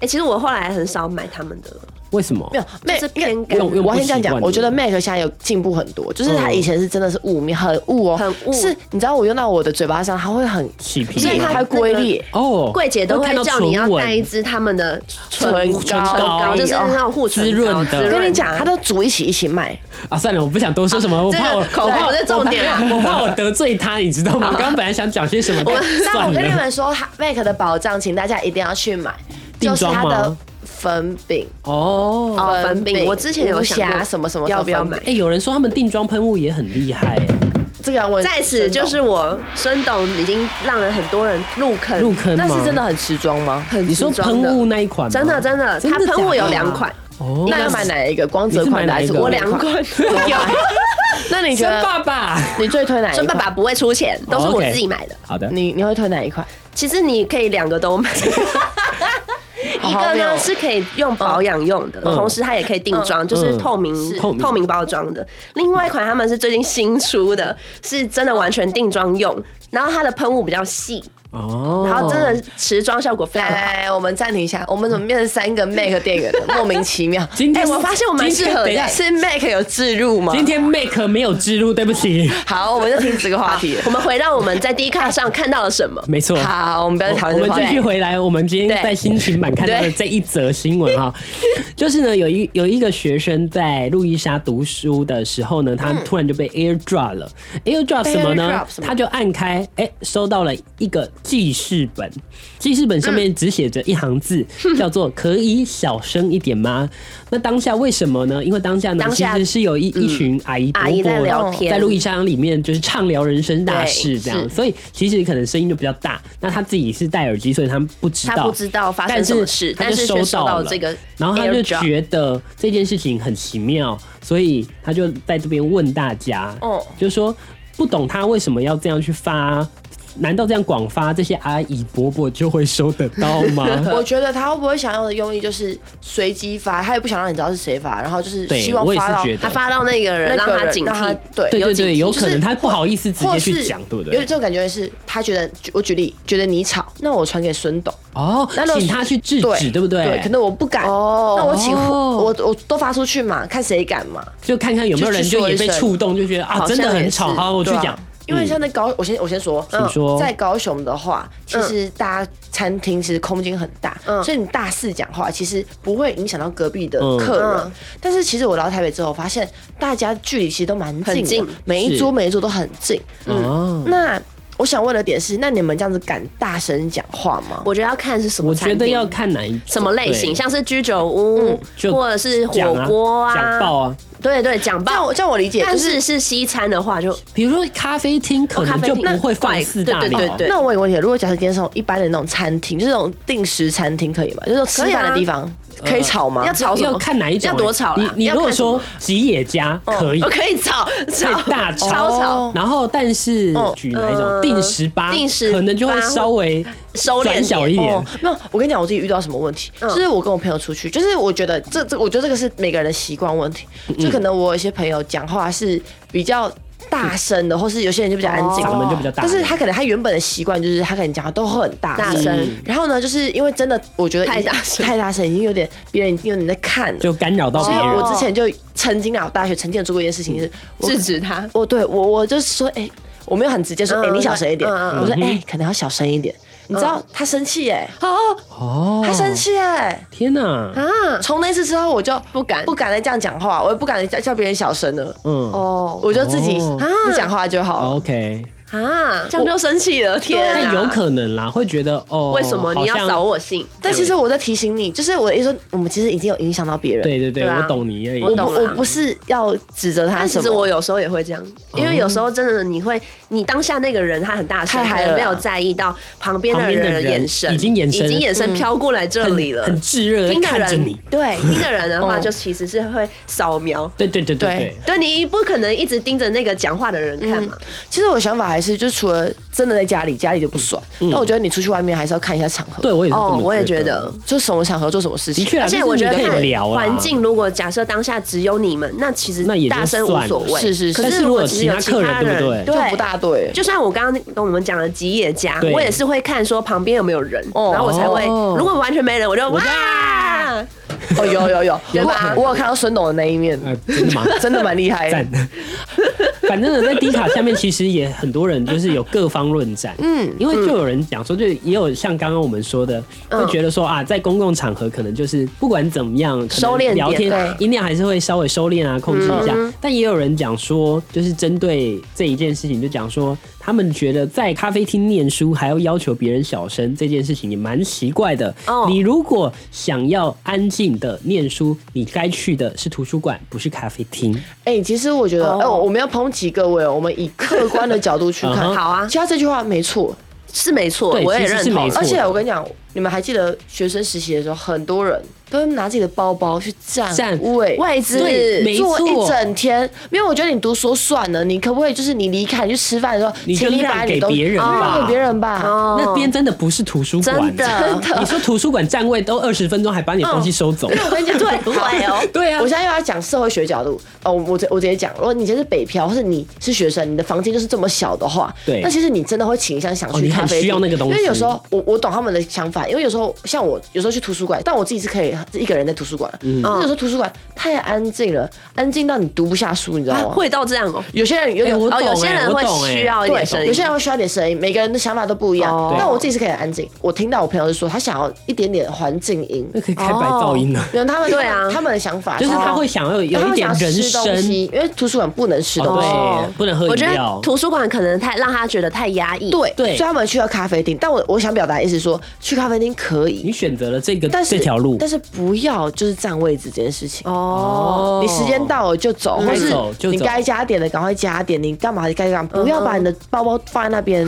Speaker 2: 哎，其实我后来很少买他们的了，
Speaker 1: 为什么
Speaker 3: 没？有
Speaker 2: 就
Speaker 3: Mac
Speaker 2: 是偏干。
Speaker 1: 用用
Speaker 3: 我先这
Speaker 1: 不
Speaker 3: 样
Speaker 1: 习惯
Speaker 3: 讲，
Speaker 1: 的
Speaker 3: 我觉得 Mac 现在有进步很多，就是它
Speaker 1: 嗯
Speaker 3: 以前是真的是雾面，很雾哦，
Speaker 2: 很雾
Speaker 3: 是你知道我用到我的嘴巴上，它会很
Speaker 1: 起皮
Speaker 2: 所以它
Speaker 3: 它会龟裂，
Speaker 1: 哦，
Speaker 2: 柜姐都
Speaker 1: 看
Speaker 2: 会
Speaker 1: 到
Speaker 2: 叫你要
Speaker 1: 唇纹
Speaker 2: 带一支他们的
Speaker 3: 唇膏
Speaker 2: 膏，就是那种护唇膏
Speaker 1: 滋润的
Speaker 2: 滋
Speaker 3: 我
Speaker 2: 润
Speaker 3: 跟你讲，它都煮一起一起卖，
Speaker 1: 啊，算了，我不想多说什么，我
Speaker 3: 啊
Speaker 1: 怕我
Speaker 2: 这个口
Speaker 1: 我怕
Speaker 2: 红是重点啊
Speaker 1: 我怕我得罪他，你知道吗？我刚刚本来想讲些什么，
Speaker 3: 哎但我
Speaker 1: 算
Speaker 3: 跟你
Speaker 1: 了。
Speaker 3: 们说它，Mac 的保障，请大家一定要去买，
Speaker 1: 定
Speaker 3: 就是
Speaker 1: 妆吗
Speaker 3: 它的粉饼、
Speaker 1: 哦，
Speaker 2: 哦粉饼我之前有
Speaker 3: 无
Speaker 2: 想过
Speaker 3: 瑕什么什么
Speaker 2: 要不要
Speaker 3: 粉饼
Speaker 2: 买
Speaker 1: 哎、有人说他们定妆喷雾也很厉害、
Speaker 3: 这个我
Speaker 2: 在此就是我孙董已经让了很多人入坑，
Speaker 1: 入坑吗
Speaker 3: 那是真的很持妆吗？
Speaker 2: 很
Speaker 1: 你说
Speaker 2: 时装
Speaker 1: 喷
Speaker 2: 的
Speaker 1: 雾那一款吗
Speaker 2: 真的真的，
Speaker 1: 真
Speaker 2: 它
Speaker 1: 的
Speaker 2: 喷
Speaker 1: 假
Speaker 2: 雾
Speaker 1: 的
Speaker 2: 有
Speaker 1: 啊
Speaker 2: 两款，
Speaker 1: 哦，
Speaker 3: 那要买哪一个？光泽
Speaker 1: 你是买
Speaker 3: 款的
Speaker 1: 哪
Speaker 3: 还
Speaker 1: 一
Speaker 3: 是
Speaker 1: 个
Speaker 3: 雾
Speaker 2: 我
Speaker 3: 面
Speaker 2: 两款都有。
Speaker 3: 那你觉
Speaker 1: 孙
Speaker 3: 得
Speaker 1: 爸爸，
Speaker 3: 你最推哪
Speaker 2: *laughs*
Speaker 3: 一
Speaker 2: 孙
Speaker 3: 款？
Speaker 2: 爸爸不会出钱，都是
Speaker 1: 哦
Speaker 2: 我
Speaker 1: ，OK
Speaker 2: 自己买的。
Speaker 1: 好的，
Speaker 3: 你你会推哪一款？
Speaker 2: 其实你可以两个都
Speaker 1: *laughs*
Speaker 2: 买。一
Speaker 3: 好
Speaker 2: 个
Speaker 3: 妙
Speaker 2: 呢是可以用保养用的，
Speaker 1: 嗯
Speaker 2: 同时它也可以定妆，就是透明
Speaker 1: 是透明
Speaker 2: 透明包装的。另外一款他们是最近新出的，是真的完全定妆用，然后它的喷雾比较细，
Speaker 1: 哦，
Speaker 2: 然后真的持妆效果非常
Speaker 3: 来
Speaker 2: 好。
Speaker 3: 来哎来，我们暂停一下，我们怎么变成三个 Mac 店员 *laughs* 了？莫名其妙。
Speaker 1: 今天
Speaker 3: 哎我发现我蛮适合
Speaker 1: 今天
Speaker 3: 的，是 Mac 有置入吗？
Speaker 1: 今天 make 没有植入，对不起，
Speaker 3: *laughs* 好，我们就停止这个话题了
Speaker 2: 我。们回到我们在 D 卡上看到了什么？
Speaker 1: *laughs* 没错。
Speaker 3: 好，我们不要再讨
Speaker 1: 我
Speaker 3: 论这
Speaker 1: 们
Speaker 3: 个话
Speaker 1: 继续
Speaker 3: 题。
Speaker 1: 回来，我们今天
Speaker 3: 对
Speaker 1: 在心情版看到的
Speaker 3: 对
Speaker 1: 这一则新闻
Speaker 2: *laughs*
Speaker 1: 哈，就是呢，有一有一个学生在路易莎读书的时候呢，
Speaker 2: 嗯
Speaker 1: 他突然就被 AirDrop 了、a i r d r o p 什么呢
Speaker 3: AirDrop？什么
Speaker 1: 他就按开，哎、收到了一个记事本，记事本上
Speaker 2: 嗯
Speaker 1: 面只写着一行
Speaker 2: *laughs*
Speaker 1: 字，叫做“可以小声一点吗？”那当下为什么呢？因为当下呢，
Speaker 2: 当
Speaker 1: 其
Speaker 2: 下嗯
Speaker 1: 实是有一一群阿姨伯伯
Speaker 2: 阿姨在聊天
Speaker 1: 在路易莎里面就是畅聊人生大事这样，
Speaker 2: 对
Speaker 1: 所以其实可能声音就比较大。那他自己是戴耳机，所以他不知道，
Speaker 2: 他不知道发生什么事
Speaker 1: 但是他
Speaker 2: 但是
Speaker 1: 就
Speaker 2: 却
Speaker 1: 收
Speaker 2: 收
Speaker 1: 到
Speaker 2: 到
Speaker 1: 了
Speaker 2: 这个
Speaker 1: 然后他就
Speaker 2: AirDrop
Speaker 1: 觉得这件事情很奇妙，所以他就在这边问大家，
Speaker 3: 哦
Speaker 1: 就说不懂他为什么要这样去发。难道这样广发，这些阿姨伯伯就会收得到吗？
Speaker 3: *laughs* 我觉得他会不会想要的用意就是随机发，他也不想让你知道是谁发，然后就是
Speaker 1: 对
Speaker 3: 希望
Speaker 1: 我也
Speaker 3: 发
Speaker 1: 是
Speaker 3: 到
Speaker 1: 觉得
Speaker 2: 他发到那个人，
Speaker 3: 那
Speaker 2: 让
Speaker 3: 个
Speaker 2: 他
Speaker 3: 人
Speaker 2: 警
Speaker 3: 让他
Speaker 2: 惕。
Speaker 3: 对
Speaker 1: 对对对，有
Speaker 3: 警惕
Speaker 1: 可能他不好意思直
Speaker 3: 或
Speaker 1: 接
Speaker 3: 是
Speaker 1: 去讲，对不
Speaker 3: 有点
Speaker 1: 对？
Speaker 3: 这种感觉是，他觉得我举例，觉得你吵，那我传给孙董，
Speaker 1: 哦
Speaker 3: 那如，果
Speaker 1: 请他去制止，对不对？
Speaker 3: 对，可能我不敢，
Speaker 2: 哦
Speaker 3: 那我请
Speaker 1: 哦
Speaker 3: 我我都发出去嘛，看谁敢嘛。
Speaker 1: 就看看有没有人就也被触动，就觉得啊，
Speaker 2: 好像
Speaker 1: 真的很
Speaker 2: 也
Speaker 1: 吵，
Speaker 2: 是
Speaker 1: 好，我去
Speaker 3: 对啊
Speaker 1: 讲。嗯
Speaker 3: 因为像在高，我先我先说，嗯
Speaker 1: 请说
Speaker 3: 在高雄的话，其实大家餐厅其实空间很大，
Speaker 2: 嗯
Speaker 3: 所以你大肆讲话，其实不会影响到隔壁的
Speaker 1: 嗯
Speaker 3: 客人。
Speaker 2: 嗯
Speaker 3: 但是其实我来到台北之后，发现大家距离其实都蛮近的，
Speaker 2: 很近
Speaker 3: 每一
Speaker 1: 是
Speaker 3: 桌每一桌都很近。嗯
Speaker 1: 哦，
Speaker 2: 嗯
Speaker 3: 那我想问的点是，那你们这样子敢大声讲话吗？
Speaker 2: 我觉得要看是什么
Speaker 1: 我
Speaker 2: 餐厅，
Speaker 1: 觉得要看哪一种
Speaker 2: 什么类型，
Speaker 1: 对嗯
Speaker 2: 像是居酒屋
Speaker 1: 就
Speaker 2: 或者是
Speaker 1: 讲
Speaker 2: 火锅啊，
Speaker 1: 讲爆啊。
Speaker 2: 对对，讲
Speaker 3: 这样
Speaker 2: 爆
Speaker 3: 我。这样我理解，
Speaker 2: 但
Speaker 3: 就是
Speaker 2: 是西餐的话，就哦
Speaker 1: 比如说咖啡厅，可能就不会放四大
Speaker 2: 对对对
Speaker 1: 料
Speaker 2: 对。
Speaker 3: 那我问一个问题，如果假设今天是那种一般的那种餐厅，就是那种定时餐厅可以吗？就是那种吃饭的地方可以吵吗？
Speaker 2: 要吵什么
Speaker 1: 要看哪一种，
Speaker 2: 要多吵啦
Speaker 1: 你你
Speaker 2: 要
Speaker 1: 如
Speaker 2: 看
Speaker 1: 果
Speaker 2: 什么
Speaker 1: 说吉野家可以
Speaker 2: 哦，可以炒
Speaker 1: 可
Speaker 2: 炒
Speaker 1: 以大
Speaker 2: 哦
Speaker 1: 吵。
Speaker 2: 超吵
Speaker 3: 哦
Speaker 1: 然后，但是举哪一种
Speaker 2: 呃
Speaker 1: 定时八，
Speaker 2: 定时
Speaker 1: 可能就会
Speaker 2: 八
Speaker 1: 稍微
Speaker 2: 收敛
Speaker 1: 转小一
Speaker 3: 哦
Speaker 1: 点，，
Speaker 3: 没有，我跟你讲，我自己遇到什么问题，
Speaker 2: 嗯
Speaker 3: 就是我跟我朋友出去，就是我觉得这这，我觉得这个是每个人的习惯问题，
Speaker 2: 嗯
Speaker 3: 就可能我有一些朋友讲话是比较大声的，或是有些人就比较安静，
Speaker 2: 哦
Speaker 1: 嗓门就比较大
Speaker 3: 但是他可能他原本的习惯就是他可能讲话都很大
Speaker 2: 大
Speaker 3: 声，
Speaker 2: 声，
Speaker 3: 然后呢，就是因为真的，我觉得
Speaker 2: 太
Speaker 3: 已经
Speaker 2: 大声
Speaker 3: 太大声已经有点别人已经有点在看了，
Speaker 1: 就干扰到
Speaker 3: 所
Speaker 1: 别
Speaker 3: 以
Speaker 1: 人。
Speaker 2: 哦
Speaker 3: 我之前就曾经啊，我大学曾经有做过一件事情，就是我
Speaker 2: 制止他。
Speaker 3: 我对我我就是说，哎、我没有很直接说，
Speaker 2: 嗯
Speaker 3: 哎、你小声一点。
Speaker 2: 嗯嗯嗯
Speaker 3: 我说，哎、可能要小声一点。你知道他生气哎、
Speaker 2: 哦
Speaker 1: 哦，
Speaker 3: 他生气哎、
Speaker 1: 天哪，
Speaker 2: 啊，
Speaker 3: 从那次之后，我就
Speaker 2: 不敢
Speaker 3: 不敢再这样讲话，我也不敢再叫别人小声了。
Speaker 1: 嗯
Speaker 2: 哦
Speaker 3: 我就自己
Speaker 1: 哦
Speaker 3: 不讲话就好了。
Speaker 1: ，OK，哦
Speaker 2: 啊，这样就生气了，天啊！
Speaker 1: 但有可能啦，会觉得哦，
Speaker 2: 为什么你要
Speaker 1: 好像
Speaker 2: 扫我兴？
Speaker 3: 但其实我在提醒你，就是我的意思说，我们其实已经有影响到别人。
Speaker 1: 对对对，
Speaker 2: 对啊
Speaker 1: 我懂你而已。
Speaker 2: 我
Speaker 3: 我
Speaker 2: 懂
Speaker 3: 我
Speaker 2: 啦
Speaker 3: 不是要指责他
Speaker 2: 但
Speaker 3: 什
Speaker 2: 其
Speaker 3: 么。
Speaker 2: 实我有时候也会这样，
Speaker 1: 哦
Speaker 2: 因为有时候真的你会，你当下那个人他很大声，
Speaker 3: 太嗨
Speaker 2: 可
Speaker 3: 了
Speaker 2: 能没有在意到旁边的人的眼神，
Speaker 1: 旁边的人已经眼神嗯
Speaker 2: 已经眼神飘过来这里了。
Speaker 1: 很炙热的
Speaker 2: 听的
Speaker 1: 看着
Speaker 2: 人
Speaker 1: 你。
Speaker 2: 对听的人的话，
Speaker 3: 哦
Speaker 2: 就其实是会扫描。
Speaker 1: 对对对对对，
Speaker 2: 对你不可能一直盯着那个讲话的人看嘛，
Speaker 3: 其实我的想法还是，就除了真的在家里，家里就不爽。但我觉得你出去外面还是要看一下场合。
Speaker 1: 嗯对嗯我也是这么
Speaker 2: 哦我也觉
Speaker 1: 得
Speaker 2: 得。
Speaker 3: 就什么场合做什么事情。
Speaker 1: 的确啊
Speaker 2: 而且
Speaker 1: 就是
Speaker 2: 我觉得
Speaker 1: 你可以
Speaker 2: 看
Speaker 1: 聊啦啊
Speaker 2: 环境，如果假设当下只有你们，那其实
Speaker 1: 那也就
Speaker 2: 大声无
Speaker 1: 算
Speaker 2: 所谓。
Speaker 3: 是是是
Speaker 2: 可
Speaker 1: 但
Speaker 2: 是
Speaker 1: 是
Speaker 2: 如
Speaker 1: 如
Speaker 2: 果
Speaker 1: 果
Speaker 2: 只
Speaker 1: 其
Speaker 2: 有
Speaker 1: 他
Speaker 2: 其
Speaker 1: 客人
Speaker 2: 他
Speaker 1: 对不
Speaker 2: 人，
Speaker 1: 对
Speaker 3: 就不大对。
Speaker 2: 就像我刚刚跟我们讲的吉野家，
Speaker 1: 对
Speaker 2: 我也是会看说旁边有没有人，
Speaker 3: 哦
Speaker 2: 然后我才会，
Speaker 1: 哦
Speaker 2: 如果完全没人，我就哇
Speaker 1: 就，
Speaker 3: 哦，有有有，
Speaker 2: 有
Speaker 3: 我
Speaker 2: 吧
Speaker 3: 我有看到孙董的那一面，
Speaker 1: 呃，真的吗？
Speaker 3: 真的蛮厉害
Speaker 1: 赞
Speaker 3: 的。。
Speaker 2: *laughs*
Speaker 1: 反正呢，在迪卡下面其实也很多人就是有各方论战，嗯，因为就有人讲说，就也有像刚刚我们说的，
Speaker 2: 嗯
Speaker 1: 会觉得说啊，在公共场合可能就是不管怎么样，可能
Speaker 2: 收敛点
Speaker 1: 聊天
Speaker 2: 对嗯
Speaker 1: 音量还是会稍微收敛啊，控制一下。但也有人讲说，就是针对这一件事情，就讲说他们觉得在咖啡厅念书还要要求别人小声这件事情也蛮奇怪的。
Speaker 2: 哦
Speaker 1: 你如果想要安静的念书，你该去的是图书馆，不是咖啡厅。
Speaker 3: 哎，其实我觉得，
Speaker 2: 哦
Speaker 3: 哎，我们要抨击各位哦，我们以客观的角度去
Speaker 1: 嗯
Speaker 3: 看。
Speaker 1: 哼
Speaker 2: 好啊
Speaker 3: 其实他这句话没错，
Speaker 2: 是没错，
Speaker 1: 对
Speaker 2: 我也
Speaker 1: 其实
Speaker 2: 认
Speaker 1: 是
Speaker 2: 同
Speaker 1: 没。错
Speaker 3: 而且我跟你讲，你们还记得学生实习的时候，很多人都拿自己的包包去占
Speaker 1: 占
Speaker 3: 位。
Speaker 2: 位置
Speaker 1: 对没
Speaker 3: 坐一
Speaker 1: 错
Speaker 3: 整天，没有，我觉得你读书算了，你可不可以就是你离开，你去吃饭的时候，
Speaker 1: 你就
Speaker 3: 请你把
Speaker 1: 让
Speaker 3: 你
Speaker 1: 给
Speaker 3: 东西
Speaker 1: 别人
Speaker 3: 你让
Speaker 1: 吧嗯
Speaker 3: 给别人吧。
Speaker 2: 哦
Speaker 1: 那边真的不是图书馆，
Speaker 2: 真的
Speaker 1: 你说图书馆占位都二十分钟，还把你的东西收走，
Speaker 3: 我跟你讲，嗯对
Speaker 2: *laughs* 对哦
Speaker 1: 对啊
Speaker 3: 我现在又要讲社会学角度哦，我我直我直接讲，如果你今天是北漂，或是你是学生，你的房间就是这么小的话，
Speaker 1: 对
Speaker 3: 那其实你真的会倾向想
Speaker 1: 哦
Speaker 3: 去
Speaker 1: 你很
Speaker 3: 咖啡厅，
Speaker 1: 需要那个东西
Speaker 3: 因为有时候我我懂他们的想法，因为有时候像我有时候去图书馆，但我自己是可以一个人在图书馆，嗯，有时候图书馆太安静了，安静到你读不下书，你知道
Speaker 2: 啊
Speaker 3: 吗？
Speaker 2: 会到这样哦，
Speaker 3: 有些人有点呃
Speaker 1: 哎我
Speaker 2: 哦，
Speaker 1: 懂
Speaker 2: 有些人会
Speaker 1: 我懂哎
Speaker 2: 需要一点声
Speaker 3: 对，
Speaker 2: 音，
Speaker 3: 有些人会需要点声音，每个人的想法都不一样
Speaker 2: 哦。
Speaker 3: 但我自己是可以很安静。我听到我朋友是说，他想要一点点环境音，
Speaker 1: *laughs* 那可以开白噪音呢。
Speaker 3: 有他们
Speaker 2: 对啊
Speaker 3: 他们的想法
Speaker 1: 哦就是他会想要有
Speaker 3: 哦他
Speaker 1: 有一
Speaker 3: 们
Speaker 1: 点
Speaker 3: 想
Speaker 1: 人
Speaker 3: 吃东
Speaker 1: 声，
Speaker 3: 西，因为图书馆不能吃东西。
Speaker 1: 哦对不能喝饮
Speaker 2: 我觉
Speaker 1: 料
Speaker 2: 得图书馆可能太让他觉得太压抑，
Speaker 3: 对
Speaker 1: 对
Speaker 3: 所以他们去到咖啡厅。但我我想表达的意思是说，去咖啡厅可
Speaker 1: 你
Speaker 3: 以，
Speaker 1: 选择了这个
Speaker 3: 但是
Speaker 1: 这条路，
Speaker 3: 但是不要就是占位置这件事情。
Speaker 2: 哦，
Speaker 3: 你时间到了就走，
Speaker 1: 嗯
Speaker 3: 或是
Speaker 1: 该走就走嗯
Speaker 3: 你该加点的赶快加点，你干嘛该干嘛，不要把你的包包放在那边。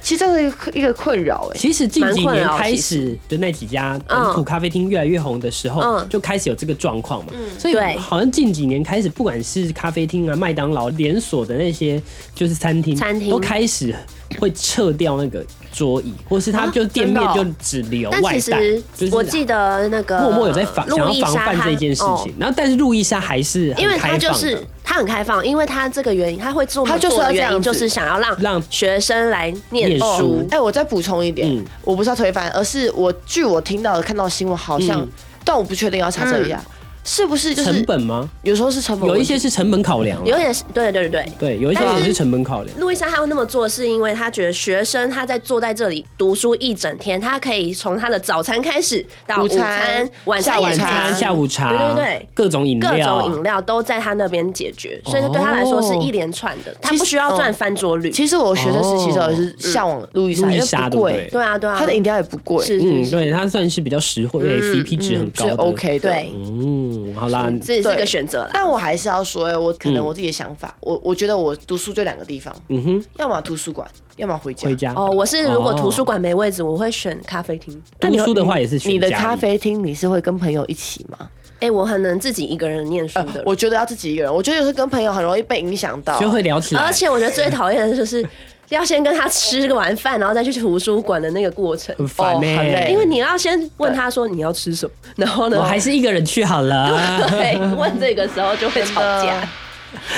Speaker 3: 其实这是一个一个困扰哎。
Speaker 1: 其实近几
Speaker 2: 蛮困
Speaker 1: 年
Speaker 2: 扰
Speaker 1: 开
Speaker 2: 其
Speaker 1: 始的那几家
Speaker 2: 嗯
Speaker 1: 本土咖啡厅越来越红的时候，
Speaker 2: 嗯
Speaker 1: 就开始有这个状况嘛。所以
Speaker 2: 对
Speaker 1: 好像近几年开始，不管是咖啡厅啊、麦当劳连锁的那些就是餐厅，
Speaker 2: 餐厅
Speaker 1: 都开始会撤掉那个桌椅，或是他就店面
Speaker 2: 啊
Speaker 1: 就
Speaker 2: 真的
Speaker 1: 只留
Speaker 2: 但
Speaker 1: 外
Speaker 2: 其
Speaker 1: 带。
Speaker 2: 实
Speaker 1: 就是
Speaker 2: 我记得那个
Speaker 1: 默默有在防
Speaker 2: 路
Speaker 1: 想
Speaker 2: 易
Speaker 1: 要
Speaker 2: 莎
Speaker 1: 防范
Speaker 2: 她
Speaker 1: 这件事
Speaker 2: 哦
Speaker 1: 情，然后但是路易莎还是很
Speaker 2: 因为他
Speaker 1: 开
Speaker 2: 就
Speaker 1: 放
Speaker 2: 是
Speaker 1: 的
Speaker 2: 他很开放，因为他这个原因，他会做
Speaker 3: 他就是要
Speaker 2: 做的
Speaker 3: 这样
Speaker 2: 原因，
Speaker 3: 子
Speaker 2: 就是想要让
Speaker 1: 让
Speaker 2: 学生来念哦
Speaker 1: 念
Speaker 2: 书
Speaker 1: 书。
Speaker 3: 哎、我再补充一点，
Speaker 1: 嗯
Speaker 3: 我不是要推翻，而是我据我听到的看到的新闻，好像，
Speaker 1: 嗯
Speaker 3: 但我不确定要查证一下，是不是就是
Speaker 1: 成本吗？
Speaker 3: 有时候是成本
Speaker 1: 有
Speaker 3: 问
Speaker 1: 一
Speaker 3: 题，
Speaker 1: 些是成本考量啊，
Speaker 2: 有点是对对对对。
Speaker 1: 对，有一些
Speaker 2: 但
Speaker 1: 也
Speaker 2: 是
Speaker 1: 是成本考量。
Speaker 2: 路易莎她会那么做，是因为她觉得学生他在坐在这里读书一整天，他可以从他的早餐开始到
Speaker 3: 午
Speaker 2: 午
Speaker 3: 餐
Speaker 2: 餐、晚
Speaker 3: 下
Speaker 2: 餐、
Speaker 3: 午
Speaker 1: 晚
Speaker 3: 茶
Speaker 1: 餐、下午茶，
Speaker 2: 对对对
Speaker 1: 各种饮
Speaker 2: 各
Speaker 1: 料，
Speaker 2: 种饮料都在他那边解决，所以对他来说是一连串的，他不需要赚翻桌率。
Speaker 3: 其实我学生时期的时候也是向往路易
Speaker 1: 哦
Speaker 3: 莎，
Speaker 1: 路易
Speaker 3: 因为
Speaker 1: 莎
Speaker 3: 不
Speaker 1: 对
Speaker 3: 贵
Speaker 1: 不，
Speaker 2: 对啊对啊，
Speaker 3: 它的饮料也不贵，
Speaker 2: 是嗯
Speaker 1: 嗯，对，它算是比较实惠，而且 CP 值很高的。
Speaker 3: 是 OK 的。
Speaker 2: 对，
Speaker 1: 嗯，好啦，
Speaker 2: 这也是
Speaker 3: 对
Speaker 2: 个选择啦。
Speaker 3: 但我还是要说，哎，我可能
Speaker 1: 嗯
Speaker 3: 我自己的想法，我我觉得我读书就两个地方，
Speaker 1: 嗯哼，
Speaker 3: 要么图书馆，要么回家。
Speaker 1: 回家。
Speaker 2: 哦，我是如果
Speaker 1: 哦
Speaker 2: 图书馆没位置，我会选咖啡厅。啊
Speaker 3: 那你
Speaker 1: 读
Speaker 3: 有
Speaker 1: 书的话也是选
Speaker 3: 你的
Speaker 1: 家里
Speaker 3: 咖啡厅，你是会跟朋友一起吗？
Speaker 2: 哎、我很能自己一个人念书
Speaker 1: 啊
Speaker 2: 的人。
Speaker 3: 我觉得要自己一个人，我觉得有时候跟朋友很容易被影响到。
Speaker 1: 就会聊起来
Speaker 2: 而。且我觉得最讨厌的就是要先跟他吃完饭，然后再去图书馆的那个过程，
Speaker 1: 很烦欸呢、
Speaker 3: 哦很累
Speaker 2: 因为你要先问他说你要吃什么，然后呢，
Speaker 1: 我 *laughs* 还是一个人去好 *laughs* 了。啊
Speaker 2: *laughs* 对问这个时候就会吵架。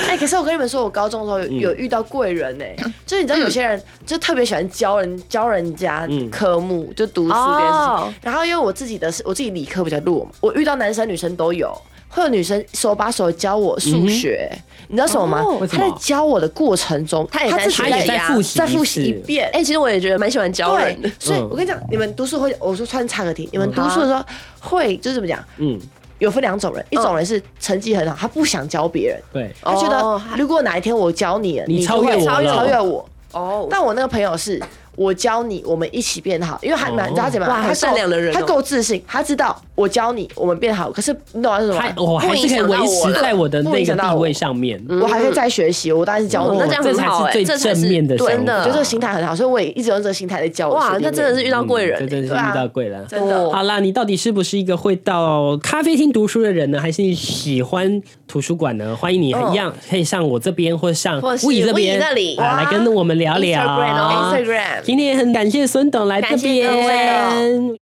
Speaker 3: 哎、可是我跟你们说，我高中的时
Speaker 1: 嗯
Speaker 3: 候有有遇到贵人呢、
Speaker 1: *coughs*
Speaker 3: 就是你知道有些人就特别喜欢教人教人家
Speaker 1: 嗯
Speaker 3: 科目，就读书这件事情。
Speaker 2: 哦
Speaker 3: 然后因为我自己的是我自己理科比较弱嘛，我遇到男生女生都有。会有女生手把手教我数学，你知道什么吗
Speaker 2: 哦？
Speaker 1: 嗯为什
Speaker 3: 她在
Speaker 1: 么
Speaker 3: 教我的过程中，
Speaker 2: 她也在
Speaker 3: 自己
Speaker 2: 学习
Speaker 3: 在
Speaker 2: 啊
Speaker 3: 再复习一
Speaker 1: 再复习一
Speaker 3: 遍。
Speaker 2: 哎、其实我也觉得蛮喜欢教人的
Speaker 3: 对，，所以
Speaker 1: 嗯
Speaker 3: 我跟你讲，你们读书会，我说穿插个题，你们读书的时候会就是怎么讲？
Speaker 1: 嗯，
Speaker 3: 有分两种
Speaker 2: 嗯
Speaker 3: 人，一种人是成绩很好，他不想教别人，
Speaker 1: 对，
Speaker 3: 他觉
Speaker 2: 哦
Speaker 3: 得如果哪一天我教你了，
Speaker 1: 你
Speaker 3: 就会
Speaker 1: 超越我
Speaker 3: 超越
Speaker 1: 了
Speaker 3: 超越我。
Speaker 2: 哦，
Speaker 3: 但我那个朋友是，我教你，我们一起变好，因为还蛮，
Speaker 1: 哦
Speaker 3: 你知道他怎么样？
Speaker 2: 哇
Speaker 3: 他
Speaker 2: 好善
Speaker 3: 够
Speaker 2: 良的人哦
Speaker 3: 他够自信，他知道我教你，我们变好。可是你懂我是什么
Speaker 1: 还
Speaker 2: 啊
Speaker 3: 吗？
Speaker 2: 哦
Speaker 1: 我还是可以维持在我的
Speaker 3: 不
Speaker 1: 那
Speaker 3: 影
Speaker 1: 个
Speaker 3: 响到
Speaker 1: 地
Speaker 3: 我
Speaker 1: 位上面。嗯
Speaker 3: 我还可以再学习，我当然是教
Speaker 2: 嗯哦
Speaker 3: 你。
Speaker 2: 那这样
Speaker 1: 这
Speaker 2: 很好哎、
Speaker 1: 才是
Speaker 2: 这
Speaker 1: 最
Speaker 2: 才是
Speaker 1: 正面的
Speaker 2: 真
Speaker 3: 我
Speaker 2: 的
Speaker 3: 觉得这个心态很好，所以我也一直用这个心态在教我学
Speaker 2: 哇，
Speaker 3: 弟妹。
Speaker 2: 那真的是遇到贵人、
Speaker 1: 嗯这真是
Speaker 3: 对啊
Speaker 1: 遇到贵人。
Speaker 3: 真的
Speaker 1: 好啦，你到底是不是一个会到咖啡厅读书的人呢？还是你喜欢图书馆呢？欢迎你
Speaker 2: 嗯
Speaker 1: 一样可以上我这边，或上
Speaker 2: 或是
Speaker 1: 物以这边
Speaker 2: 物以那里
Speaker 1: 啊，来跟我们聊聊。
Speaker 2: Instagram 哦
Speaker 3: Instagram
Speaker 1: 今天也很感谢孙董来这
Speaker 2: 感谢各位
Speaker 1: 边。